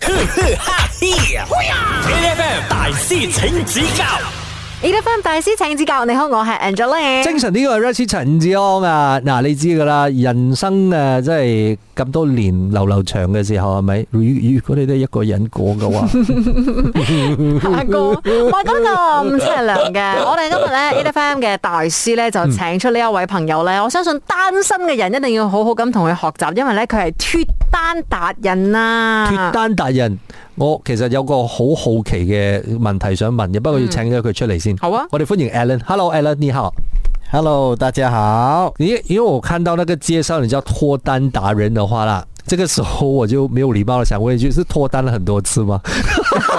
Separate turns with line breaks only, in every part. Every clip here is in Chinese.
哈嘿，A.F.M. 大師請指教
，A. F. M. 大師請指教。你好，我係 Angela。
精神呢個係 Royce 陳志安啊！嗱，你知噶啦，人生誒，即係咁多年流流長嘅時候，係咪？如如果你都係一個人過嘅 話，
阿哥，我今日咁凄涼嘅。我哋今日咧 A. F. M. 嘅大師咧
嗯
就請出呢一位朋友咧，我相信單身嘅人一定要好好咁同佢學習，因為咧佢係脱單達人啊啦。
脱單達人，我其實有個好好奇嘅問題想問嘅，不過要請咗佢出嚟先。
好啊，
我哋歡迎 Alan。Hello，Alan，你好。
Hello，大家好。
因因為我看到那個介紹你叫脱單達人的話啦，這個時候我就沒有禮貌地想問一句：是脱單了很多次嗎？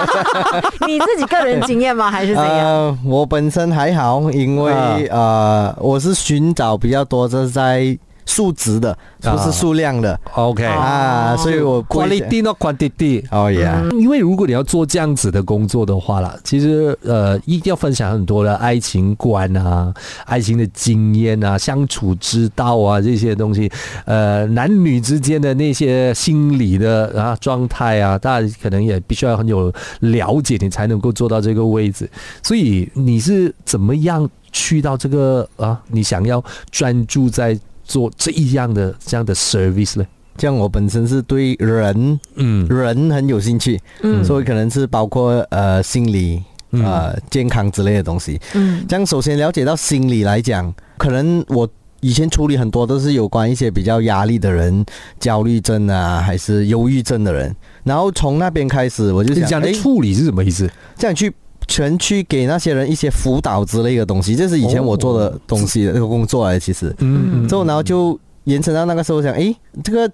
你自己個人經驗嗎？還是怎 樣？
呃，我本身還好，因為、
啊
呃，我是尋找比較多是在數值的，不是數量的
OK，
哦
啊所以我不會
啊哦 quality 嗯 not quantity。
哦呀，
因为如果你要做这样子的工作的话啦，其实呃一定要分享很多的啊爱情观啊、爱情的经验啊、相处之道啊这些东西，呃男女之间的那些心理的啊状态啊，大家可能也必须要很有了解，你才能够做到这个位置。所以你是怎么样去到这个啊？你想要专注在做这一样的这样的 service 呢？
像我本身是對人
嗯
人很有興趣，
嗯
所以可能是包括呃心理、
嗯
呃健康之類的東西。
嗯
這樣首先了解到心理來講，可能我以前處理很多都是有關一些比較压力的人，焦慮症啊，還是憂鬱症的人。然後從那邊開始，我就
你
想，
讲的
哎，
处理是什么意思？
这样去全去给那些人一些輔導之類的東西，这是以前我做
哦
的東西的、这个工作来，其實。
嗯
之后，然后就延伸到那个时候想，诶，这个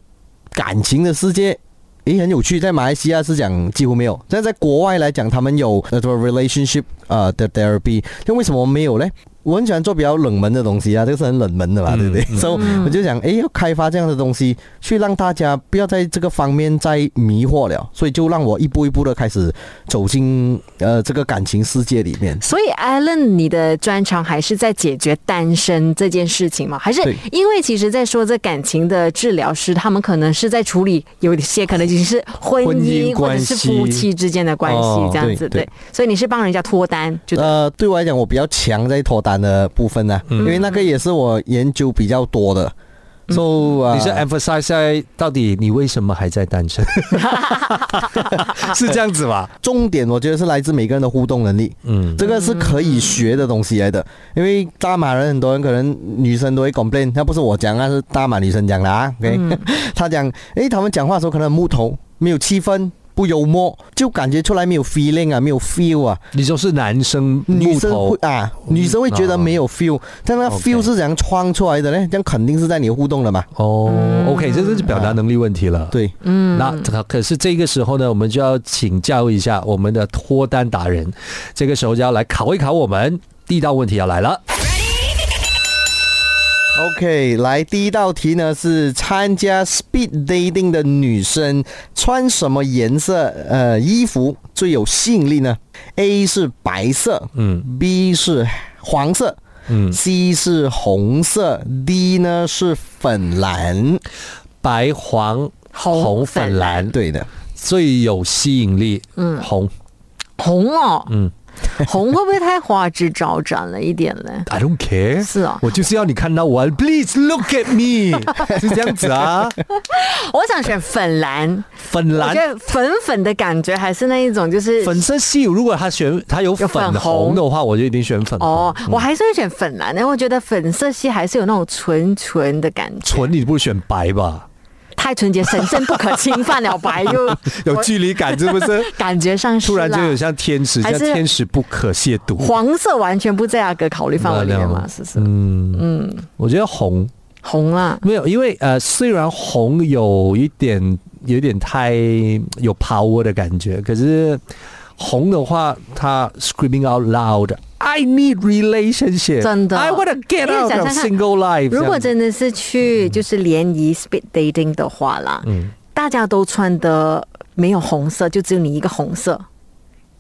感情的世界，诶，很有趣。在马来西亚是讲几乎没有，但在国外来讲，他们有那种 relationship 呃的 therapy，那为什么没有呢？我很喜欢做比较冷门的东西啊，这个是很冷门的嘛，
嗯
对不对？所以、我就想，诶，要开发这样的东西，去让大家不要在这个方面再迷惑了。所以就让我一步一步的开始走进呃这个感情世界里面。
所以 Alan，你的专长还是在解决单身这件事情吗？还是
对
因为其实，在说这感情的治疗师，他们可能是在处理有些可能已经是婚
婚姻
姻或者
关
是
系
夫妻之间的关系
哦
这样子，
对对
所以你是帮人家脱单，就
呃，对我来讲，我比较强在脱单的部分呢、因为那个也是我研究比较多的。So，、呃、
嗯你是哎 emphasize 在到底你为什么还在单 身？是这样子吧？
重点，我觉得是来自每个人的互动能力，
嗯
这个是可以学的东西来的。因为大马人很多人可能女生都会 complain，那不是我讲啊，是大马女生讲的啊。OK，、他 讲，诶，他们讲话的时候可能很木头，没有气氛，不幽默，就感觉出来没有 feeling 啊，没有 feel 啊。
你说是男生
女
木
生会
头，嗯
啊，女生会觉得没有 feel，、但那
OK
feel 是怎样创出来的呢？这样肯定是在你互动的嘛。
哦，OK，这就是表达能力问题了。
对，
嗯，那这个可是这个时候呢，我们就要请教一下我们的脱单达人，这个时候就要来考一考我们。第一道问题要来了，
OK，来第一道题呢是参加 speed dating 的女生穿什么颜色呃衣服最有吸引力呢？A 是白色，
嗯
，B 是黄色，
嗯，
，C 是红色，D 呢是粉蓝。
白、黄、
红
红、粉、
粉
蓝，
对的，
最有吸引力。嗯，红
红哦，
嗯
红会不会太花枝招展了一点嘞？
，I don't care，
是啊
我就是要你看到我，Please look at me，是这样子啊。
我想选粉蓝，
粉
我
蓝
觉得粉粉的感觉还是那一种就是
粉身稀有，如果他选他有
有粉
粉
红
红的话，我就一定选粉红。
哦，我还是会选粉蓝，因为我觉得粉色系还是有那种纯纯的感觉，
纯你不如选白吧，
太纯洁，神圣不可侵犯了，白就
有距离感是不 是？
感觉上是
突然就有
啦
像天使，
还
像
是
天使不可亵渎。
黄色完全不在阿哥考虑范围里
嗯
面嘛，是不是？
我觉得红
红啦，
没有，因为呃，虽然红有一点有一点太有 power 的感觉，可是红的话，它 screaming out loud。I need relationship，
真的
I want to get
因为
out
想
of
想看
single life 这样子。嗯
如果真的是去就是联谊 speed dating 的话啦，大家都穿的没有红色，就只有你一个红色，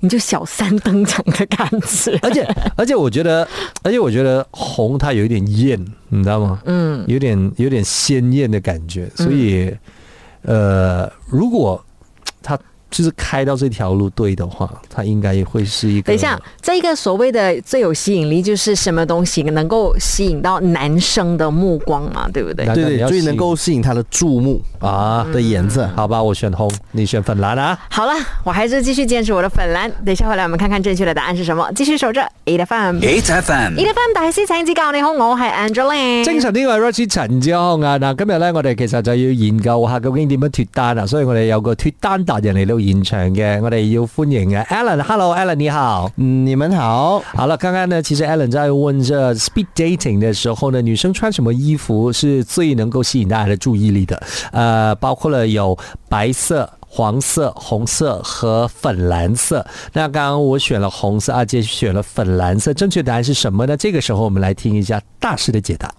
你就小三登场的感觉。
而且而且我觉得，而且我觉得红它有一点艳，你知道吗？嗯，有点有
嗯
点鲜艳的感觉，所以、呃，如果它就是开到这条路对的话，它应该也会是一个。
等一下，这个所谓的最有吸引力就是什么东西能够吸引到男生的目光嘛，对不对？
那
对
那你
对，
要
最
吸
能
引
够吸引他的注目
啊
的颜色。
好吧，我选红，你选粉蓝啊。
好了，我还是继续坚持我的粉蓝。等一下回来我们看看正确的答案是什么。继续守着 A 的 FM，A
，A F M，
的 FM 大師請指教。你好，我係 Angeline。
精神呢位 Rosie 陳志康啊，嗱，今日咧我哋其實就要研究下究竟點樣脱單啊，所以我哋有個脱單達人嚟到現場嘅，我哋要歡迎嘅 Alan，Hello，Alan 你好。
嗯，你们好，
好了，刚刚呢，其实 Alan 在问这 speed dating 的时候呢，女生穿什么衣服是最能够吸引大家的注意力的？呃，包括了有白色。黄色、红色和粉蓝色。那刚刚我选了红色，阿杰选了粉蓝色。正确答案是什么呢？这个时候我们来听一下大师的解 答。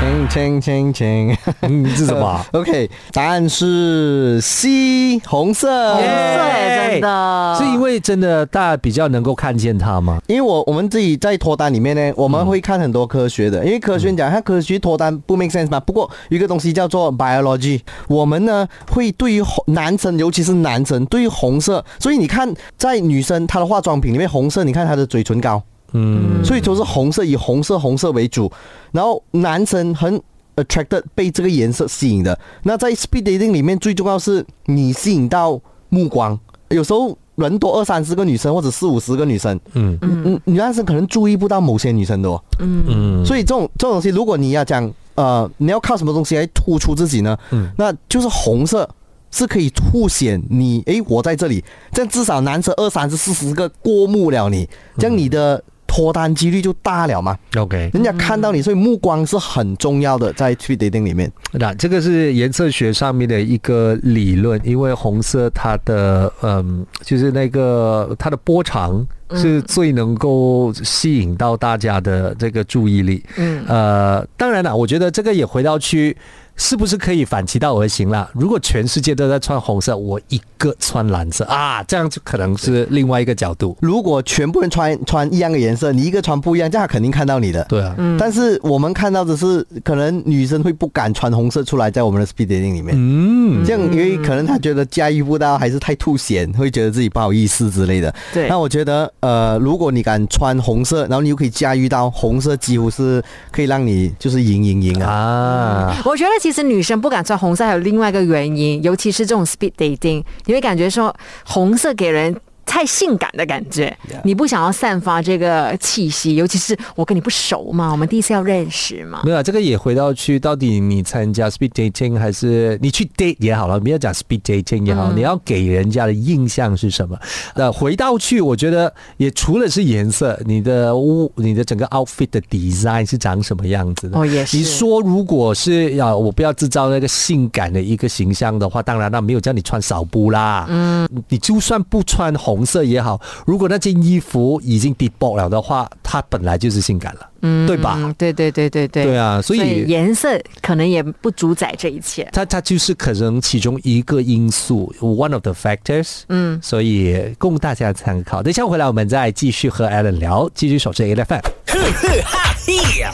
请请请 请，
嗯，是什 么？
？OK，答案是 C，红色。
对，真的。
是因为真的大家比较能够看见它吗？
因为我我们自己在脱单里面呢，我们会看很多科学的，因为科学讲它科学脱单不 make sense 嘛。不过有一个东西叫做 biology，我们呢会对于红男生，尤其是男生对于红色，所以你看在女生她的化妆品里面红色，你看她的嘴唇膏，
嗯，
所以都是红色，以红色红色为主。然后男生很 attracted 被这个颜色吸引的。那在 speed dating 里面，最重要是你吸引到目光。有时候人多二三十个女生或者四五十个女生，
嗯
嗯，女男生可能注意不到某些女生的哦。
嗯，
所以这种这种东西，如果你要讲呃，你要靠什么东西来突出自己呢？
嗯
那就是红色。是可以凸显你，诶，我在这里，这样至少男生二三十四十个过目了你，
嗯
这样你的脱单几率就大了嘛。
，OK。
人家看到你，所以目光是很重要的，在 t w e dating 里面。
那这个是颜色学上面的一个理论，因为红色它的嗯，就是那个它的波长是最能够吸引到大家的这个注意力。
嗯，
呃，当然了，我觉得这个也回到去。是不是可以反其道而行啦？如果全世界都在穿红色，我一个穿蓝色啊，这样就可能是另外一个角度。
如果全部人穿穿一样的颜色，你一个穿不一样，这样他肯定看到你的。
对啊，
但是我们看到的是，可能女生会不敢穿红色出来，在我们的 speed dating 里面，
嗯，
这样因为可能她觉得驾驭不到，还是太凸显，会觉得自己不好意思之类的。
对
那我觉得，呃，如果你敢穿红色，然后你又可以驾驭到红色，几乎是可以让你就是赢赢赢啊。
啊，
我觉得其实女生不敢穿红色还有另外一个原因，尤其是这种 speed dating，你会感觉说红色给人。太性感的感觉你不想要散发这个气息，尤其是我跟你不熟嘛，我们第一次要认识嘛。
没有啊，这个也回到去，到底你参加 speed dating 还是你去 date 也好了，不要讲 speed dating 也
嗯
好，你要给人家的印象是什么？呃，回到去，我觉得也除了是颜色，你的物，你的整个 outfit 的 design 是长什么样子的？
哦也是
你说如果是要我不要制造那个性感的一个形象的话，当然那没有叫你穿少布啦。嗯，你就算不穿红色也好，如果那件衣服已经 d e b o 了的话，它本来就是性感了，嗯，对吧？
嗯，对对对对对。
对啊所以
颜色可能也不主宰这一切。
它它就是可能其中一个因素，one of the factors。嗯，所以供大家参考。等一下回来我们再继续和 Alan 聊，继续守着 A F M。
哈嘿呀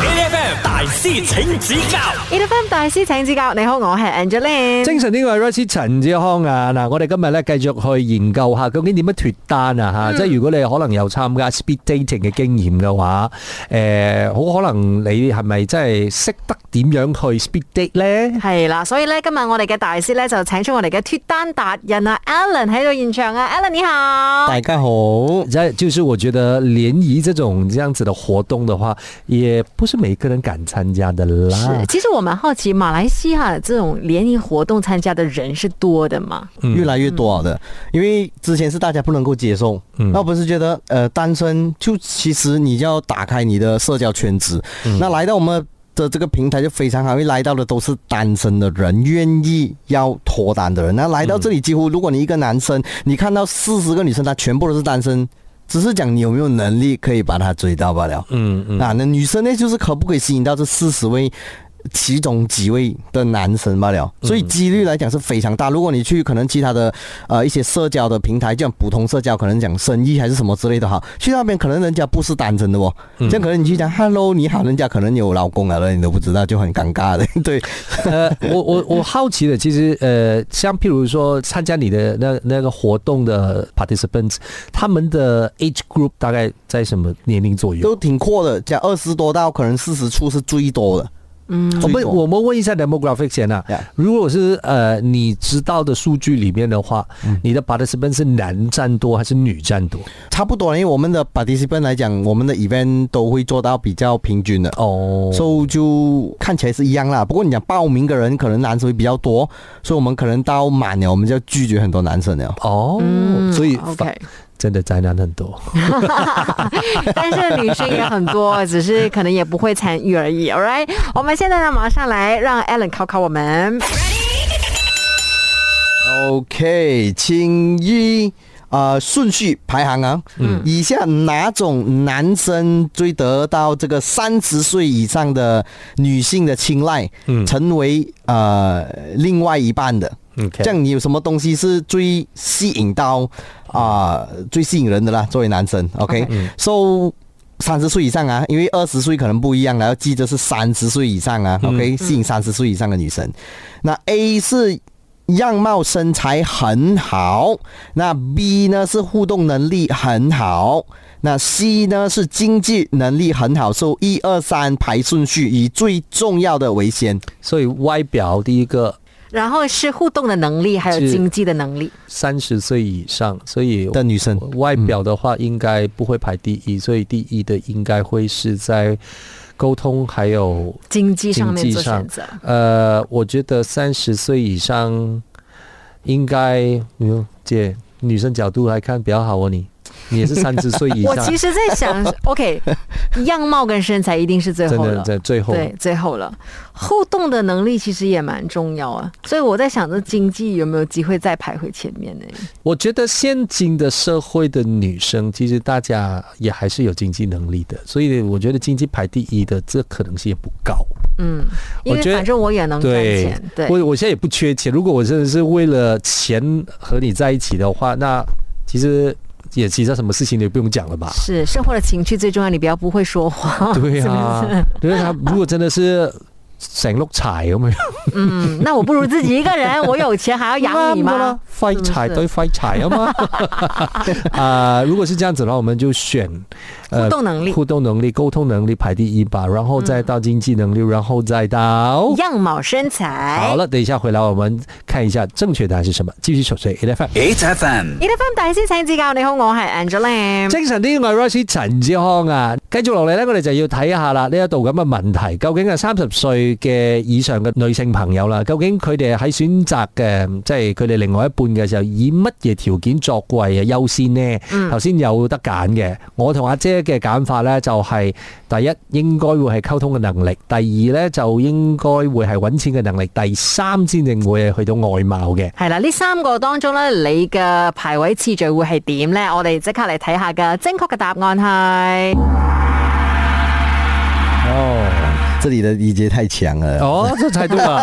！A F M 大师请指教
，E F M 大師請指教，你好，我係 Angeline。
精神呢位 Rosie 陳志康啊，嗱，我哋今日咧繼續去研究下究竟點樣脱單啊吓，即係如果你可能有參加 speed dating 嘅經驗嘅話，诶、好可能你係咪真係識得點樣去 speed date 咧？
係啦，所以咧今日我哋嘅大師咧就請出我哋嘅脱單達人啊，Alan 喺度現場啊，Alan 你好。
大家好。
在就是我觉得联谊这种这样子的活动的话，也不是每个人敢参加的啦
是，。其实我蛮好奇，马来西亚这种联谊活动参加的人是多的吗？
越来越多的，因为之前是大家不能够接受，那我不是觉得呃单身就其实你要打开你的社交圈子，那来到我们。的这个平台就非常好，因为来到的都是单身的人，愿意要脱单的人。那来到这里，几乎如果你一个男生，你看到四十个女生，她全部都是单身，只是讲你有没有能力可以把她追到罢了。
嗯嗯
啊，那女生呢，就是可不可以吸引到这四十位其中几位的男生罢了，所以几率来讲是非常大。如果你去可能其他的呃一些社交的平台，就像普通社交，可能讲生意还是什么之类的哈，去那边可能人家不是单身的哦，这样可能你去讲 hello 你好，人家可能有老公了，你都不知道，就很尴尬的。对，
呃，我我我好奇的，其实呃，像譬如说参加你的那那个活动的 participants，他们的 age group 大概在什么年龄左右？
都挺阔的，讲二十多到可能四十出是最多的。嗯，
我们我们问一下 demographic 先啊
Yeah，
如果是呃你知道的数据里面的话，
嗯
你的 participant 是男占多还是女占多？
差不多，因为我们的 participant 来讲，我们的 event 都会做到比较平均的。
哦，
所以就看起来是一样啦。不过你讲报名的人可能男生会比较多，所以我们可能到满了，我们就要拒绝很多男生了。
哦，所以反
嗯 OK，
真的宅男很多。
但是女生也很 多，只是可能也不会参与而已。All right，我们现在呢，马上来让 Alan 考考我们。
OK，请依呃顺序排行啊。嗯，以下哪种男生最得到这个三十岁以上的女性的青睐，成为呃另外一半的？
OK，
这样你有什么东西是最吸引到啊、最吸引人的啦？作为男生，OK，so。三十岁以上啊，因为二十岁可能不一样啊，要记得是三十岁以上啊、o k 吸引三十岁以上的女生。那 A 是样貌身材很好，那 B 呢是互动能力很好，那 C 呢是经济能力很好。so 一二三排顺序，以最重要的为先。
所以外表第一个
然后是互动的能力，还有
是
经济的能力。
三十岁以上，所以
的女生
外表的话应该不会排第一，所以第一的应该会是在沟通还有
经济上
经
面
济
做
上
选择。。
呃，我觉得三十岁以上应该，嗯，姐女生角度来看比较好哦，你你也是三十岁以
我
上，
其实 在想，OK，样貌跟身材一定是最
真
后
的
了。
在最后。
对，最后了，互动的能力其实也蛮重要啊，所以我在想着经济有没有机会再排回前面呢？
我觉得现今的社会的女生，其实大家也还是有经济能力的，所以我觉得经济排第一的这可能性也不高。
嗯，因
我
为
觉得
反正我也能赚
对
钱，，对，
我我现在也不缺钱。如果我真的是为了钱和你在一起的话，那其实也其他什么事情你也不用讲了吧？
是生活的情趣最重要，你不要不会说 话。
对啊，因为他如果真的是成碌柴咁样，
嗯，那我不如自己一个人，我有钱还要养你
啱㗎
吗
啦？？废柴对废柴啊嘛。 啊，如果是这样子的话，我们就选呃
互动能力嗯
互动能力、沟通能力排第一吧，然后再到经济能力，然后再到。
样貌身材。
好了，等一下回来我们看一下正确答案是什么。继续守岁 A F M。
，H F M。
e f m 大師請指教，你好，我係 Angeline。
精神啲，我系 Rosie 陳志康啊。繼續落嚟咧，我哋就要睇下啦，呢一度咁嘅問題，究竟係三十歲嘅以上嘅女性朋友啦，究竟佢哋喺選擇嘅，即係佢哋另外一半嘅時候，以乜嘢條件作為優先呢？頭先、有得揀嘅，我同阿姐嘅揀法呢，就係第一應該會係溝通嘅能力，第二呢，就應該會係揾錢嘅能力，第三先至會係去到外貌嘅。
係啦，呢三個當中咧，你嘅排位次序會係點呢？我哋即刻嚟睇下嘅正確嘅答案係
哦，
这里的理解太强了。
哦，这猜对了，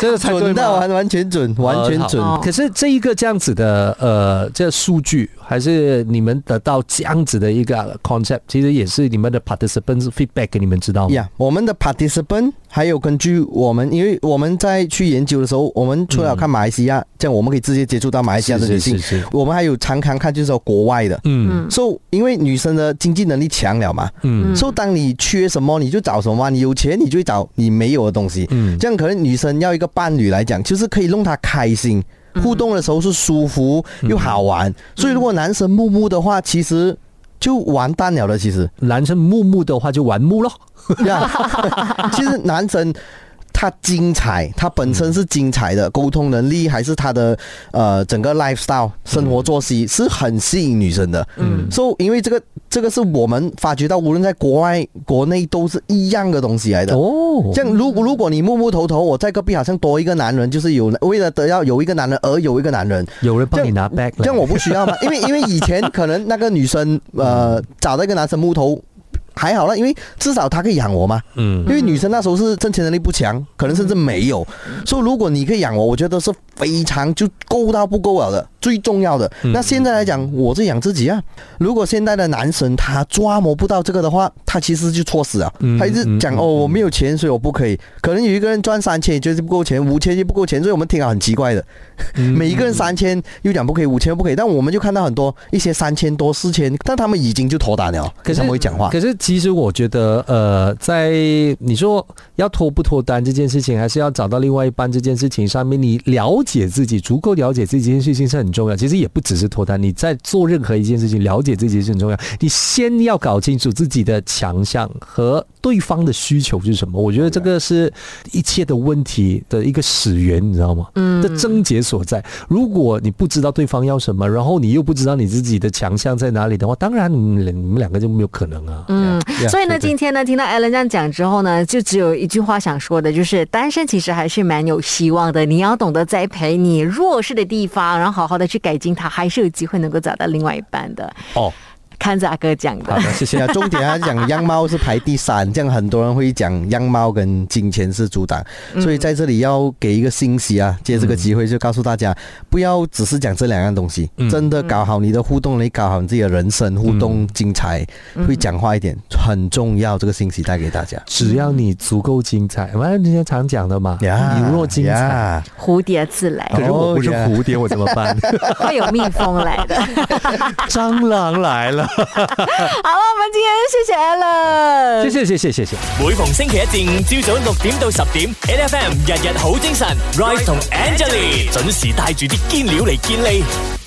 这猜对
准
吗
到完完全准，完全准。
哦
可是这一个这样子的呃，这数据还是你们得到这样子的一个 concept，其实也是你们的 participants feedback 给你们知道吗
呀我们的 participant 还有根据我们，因为我们在去研究的时候，我们除了看马来西亚，这样我们可以直接接触到马来西亚的女性，
嗯是是是
我们还有常常看就是说国外的。
嗯
所以，因为女生的经济能力强了嘛，
嗯
所以当你缺什么你就找什么，你有钱你就找你没有的东西。
嗯，
这样可能女生要一个伴侣来讲，就是可以弄她开心，
嗯
互动的时候是舒服又好玩。所以如果男生木木的话，其实就完蛋了的。其实，
男生木木的话就玩木咯，
呀 其实男生。他精彩，他本身是精彩的，沟通能力还是他的呃整个 lifestyle 生活作息是很吸引女生的。嗯，所、以因为这个这个是我们发觉到，无论在国外国内都是一样的东西来的。
哦，
像如如果你木木头头，我在隔壁好像多一个男人，就是有为了得要有一个男人而有一个男人，
有人帮你拿 back，
这样我不需要吗？因为因为以前可能那个女生呃找到一个男生木头。还好啦，因为至少他可以养我嘛。
嗯
因为女生那时候是挣钱能力不强，可能甚至没有，
嗯
所以如果你可以养我，我觉得是非常就够到不够了的，最重要的。
嗯
那现在来讲，我是养自己啊。如果现在的男生他抓摸不到这个的话，他其实就错死啊。
嗯
他一直讲哦，我没有钱，所以我不可以。可能有一个人赚三千也觉得不够钱，五千就不够钱，所以我们听了很奇怪的。
嗯
每一个人三千又讲不可以，五千又不可以，但我们就看到很多一些三千多、四千，但他们已经就脱单了，
可是
他们会讲话。
可是其实我觉得，呃，在你说要脱不脱单这件事情，还是要找到另外一半这件事情上面，你了解自己，足够了解自己这件事情是很重要。其实也不只是脱单，你在做任何一件事情，了解自己是很重要。你先要搞清楚自己的强项和对方的需求是什么。我觉得这个是一切的问题的一个始源，你知道吗？嗯，的症结所在。如果你不知道对方要什么，然后你又不知道你自己的强项在哪里的话，当然你们两你们两个就没有可能啊。
嗯
Yeah，
所以呢，
对对
今天呢，听到 Alan 这样讲之后呢，就只有一句话想说的，就是单身其实还是蛮有希望的。你要懂得栽培你弱势的地方，然后好好的去改进它，还是有机会能够找到另外一半的。
哦，
看着阿哥讲
好
的，
的，谢
对
谢。
啊，重点还是讲样貌是排第三，这样很多人会讲样貌跟金钱是阻挡，所以在这里要给一个信息
嗯
啊，借这个机会就告诉大家，不要只是讲这两样东西，
嗯
真的搞好你的互动，你搞好你自己的人生互动精彩，
嗯
会讲话一点很重要，这个信息带给大家。
只要你足够精彩，完了人家常讲的嘛，
呀，
嗯你若精彩。
呀，
蝴蝶自来，
可是我不是
哦呀
蝴蝶，我怎么办？
会有蜜蜂来的。
蟑螂来了！
好了，我们今天谢谢 Alan，
谢谢谢谢谢谢。
每逢星期一至五朝早六點到十點，N F M 日日好精神，Rise 同 Angelie 準時帶住啲堅料嚟健利。